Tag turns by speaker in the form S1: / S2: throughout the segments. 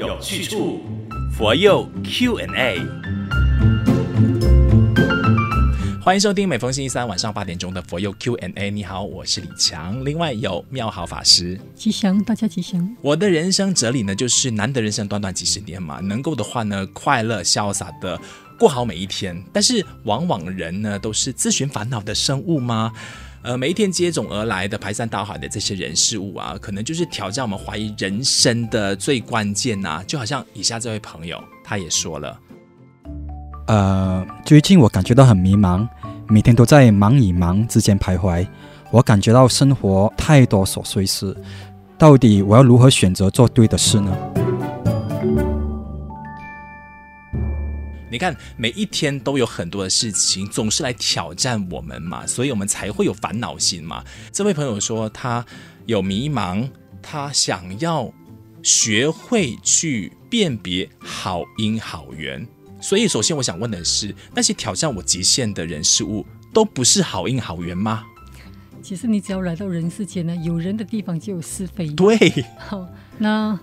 S1: 有去处。佛佑 Q&A，
S2: 欢迎收听每逢星期三晚上八点钟的佛佑 Q&A。你好，我是李强，另外有妙好法师。
S3: 吉祥，大家吉祥。
S2: 我的人生哲理呢，就是难得人生短短几十年嘛，能够的话呢，快乐潇洒的过好每一天。但是往往人呢，都是自寻烦恼的生物吗？呃，每一天接踵而来的排山倒海的这些人事物啊，可能就是挑战我们怀疑人生的最关键呐、就好像以下这位朋友，他也说了，
S4: 呃，最近我感觉到很迷茫，每天都在忙与忙之间徘徊。我感觉到生活太多琐碎事，到底我要如何选择做对的事呢？
S2: 你看，每一天都有很多的事情，总是来挑战我们嘛，所以我们才会有烦恼心嘛。这位朋友说他有迷茫，他想要学会去辨别好因好缘。所以，首先我想问的是，那些挑战我极限的人事物，都不是好因好缘吗？
S3: 其实你只要来到人世间呢，有人的地方就有是非。
S2: 对，
S3: 好，那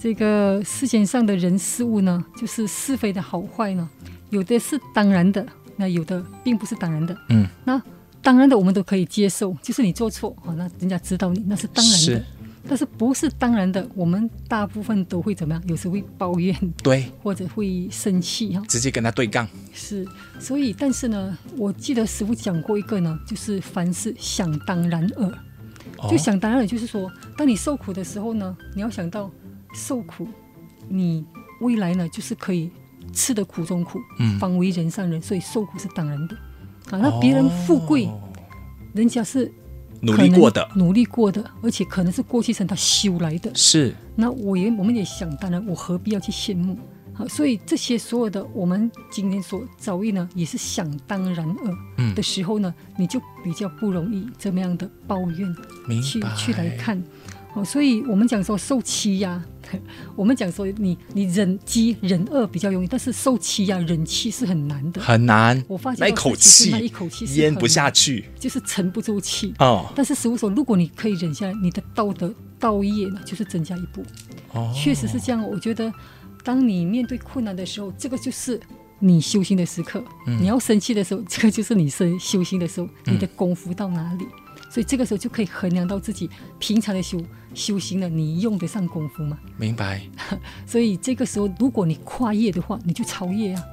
S3: 这个世间上的人事物呢，就是是非的好坏呢，有的是当然的，那有的并不是当然的。
S2: 嗯，
S3: 那当然的我们都可以接受，就是你做错啊，那人家指导你那是当然
S2: 是
S3: 的。但是不是当然的，我们大部分都会怎么样？有时会抱怨
S2: 对，
S3: 或者会生气哈、
S2: 直接跟他对杠。
S3: 是，所以但是呢，我记得师傅讲过一个呢，就是凡事想当然耳。
S2: 哦
S3: 就想当然，就是说，当你受苦的时候呢，你要想到受苦，你未来呢就是可以吃得苦中苦，
S2: 嗯
S3: 方为人上人，所以受苦是当然的。啊，那别人富贵，
S2: 哦
S3: 人家是
S2: 努
S3: 可
S2: 力
S3: 能
S2: 过的，
S3: 努力过的，而且可能是过去生他修来的。
S2: 是
S3: 那我也我们也想当然，我何必要去羡慕？好，所以这些所有的我们今天所遭遇呢，也是想当然
S2: 嗯
S3: 尔的时候呢，你就比较不容易这么样的抱怨
S2: 明
S3: 去
S2: 白
S3: 去来看。哦，所以我们讲说受欺压， 我们讲说你你忍饥忍饿比较容易，但是受欺压忍气是很难的。
S2: 很难，
S3: 我发现
S2: 那一
S3: 到
S2: 口
S3: 自己是
S2: 气
S3: 那一口气是
S2: 咽
S3: 很
S2: 不下
S3: 难，
S2: 去
S3: 就是沉不住气。
S2: 哦。
S3: 但是实务说，如果你可以忍下来，你的道德道业呢，就是增加一步。
S2: 哦
S3: 确实是这样。我觉得，当你面对困难的时候，这个就是你修行的时刻。你要生气的时候，这个就是你生修行的时候，你的功夫到哪里。所以这个时候就可以衡量到自己平常的修修行了，你用得上功夫吗？
S2: 明白。
S3: 所以这个时候，如果你跨越的话，你就超越啊。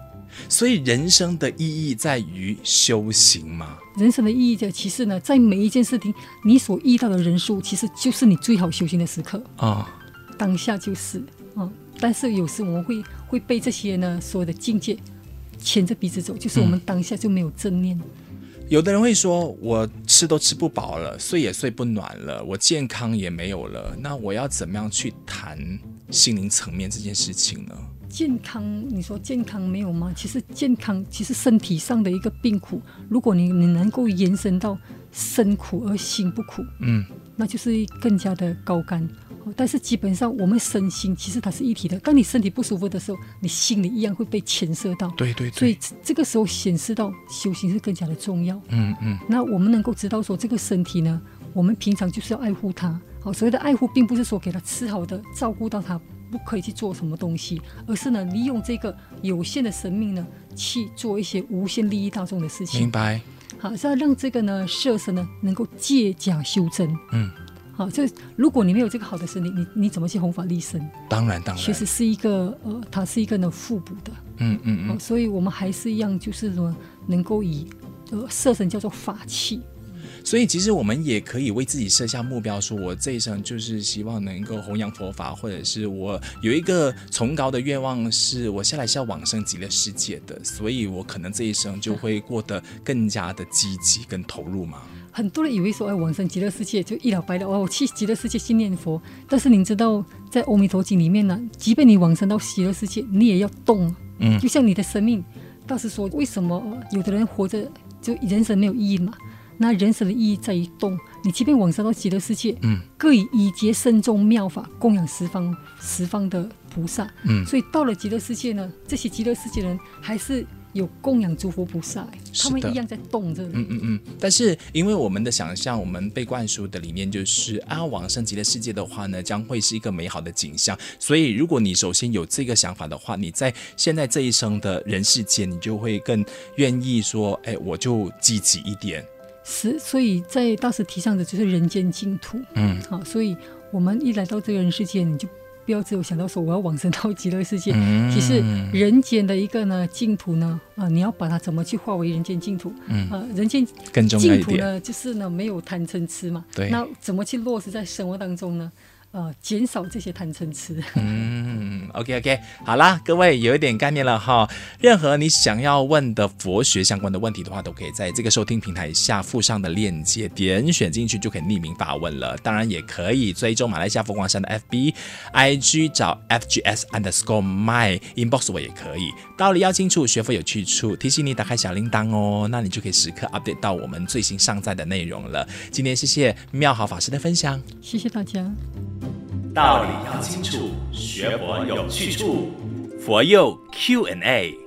S2: 所以人生的意义在于修行嘛。
S3: 人生的意义的，其实呢，在每一件事情你所遇到的人数，其实就是你最好修行的时刻。
S2: 哦，
S3: 当下就是啊、嗯但是有时我们会会被这些呢所有的境界牵着鼻子走，就是我们当下就没有正念。
S2: 有的人会说，我吃都吃不饱了，睡也睡不暖了，我健康也没有了，那我要怎么样去谈心灵层面这件事情呢？
S3: 健康，你说健康没有吗？其实健康，其实身体上的一个病苦，如果你你能够延伸到身苦而心不苦，
S2: 嗯，
S3: 那就是更加的高干。哦但是基本上我们身心其实它是一体的，当你身体不舒服的时候，你心里一样会被牵涉到。
S2: 对对
S3: 所以，这这个时候显示到修行是更加的重要。
S2: 嗯嗯，
S3: 那我们能够知道说，这个身体呢，我们平常就是要爱护它。好，所谓的爱护，并不是说给它吃好的，照顾到它，不可以去做什么东西，而是呢，利用这个有限的生命呢，去做一些无限利益大众的事
S2: 明
S3: 情。
S2: 白。
S3: 好，是要让这个呢色身呢能够借假修真。
S2: 嗯，
S3: 好，这如果你没有这个好的身体，你你怎么去弘法利生？
S2: 当然当然
S3: 其，实是一个呃，它是一个呢互补的。
S2: 嗯嗯
S3: 好，
S2: 嗯，
S3: 所以我们还是一样，就是说能够以呃色身叫做法器。
S2: 所以其实我们也可以为自己设下目标，说我这一生就是希望能够弘扬佛法，或者是我有一个崇高的愿望，是我下来是要往生极乐世界的，所以我可能这一生就会过得更加的积极跟投入嘛。
S3: 很多人以为说，哎，往生极乐世界就一了百了，哦哇，我去极乐世界去念佛。但是你知道，在《阿弥陀经》里面呢，即便你往生到极乐世界，你也要动啊。
S2: 嗯
S3: 就像你的生命，倒是说，为什么呃有的人活着就人生没有意义嘛？那人生的意义在于动。你即便往生到极乐世界，
S2: 嗯，
S3: 各以以节慎重妙法供养十方十方的菩萨，
S2: 嗯
S3: 所以到了极乐世界呢，这些极乐世界人还是有供养诸佛菩萨，
S2: 是
S3: 他们
S2: 的
S3: 一样在动这里。
S2: 嗯嗯嗯，但是因为我们的想象，我们被灌输的理念就是啊，往升级的世界的话呢，将会是一个美好的景象。所以，如果你首先有这个想法的话，你在现在这一生的人世间，你就会更愿意说，哎，我就积极一点。
S3: 是，所以在大师提倡的就是人间净土。
S2: 嗯
S3: 好，所以我们一来到这个人世间，你就不要只有想到说我要往生到极乐世界。
S2: 嗯
S3: 其实人间的一个呢净土呢，啊、你要把它怎么去化为人间净土？
S2: 嗯
S3: 呃，人间
S2: 更重要
S3: 净
S2: 一
S3: 土
S2: 点。
S3: 呢，就是呢没有贪嗔痴嘛。
S2: 对
S3: 那怎么去落实在生活当中呢？呃，减少这些贪嗔痴。
S2: 嗯，OK OK，好啦，各位有一点概念了哈。任何你想要问的佛学相关的问题的话，都可以在这个收听平台下附上的链接，点选进去就可以匿名发问了。当然也可以追踪马来西亚佛光山的 FB、IG，找 FGS underscore my inbox 我也可以。道理要清楚，学佛有去处。提醒你打开小铃铛哦，那你就可以时刻 update 到我们最新上载的内容了。今天谢谢妙好法师的分享。
S3: 谢谢大家。
S1: 道理要清楚，学佛有去处。佛佑 Q&A。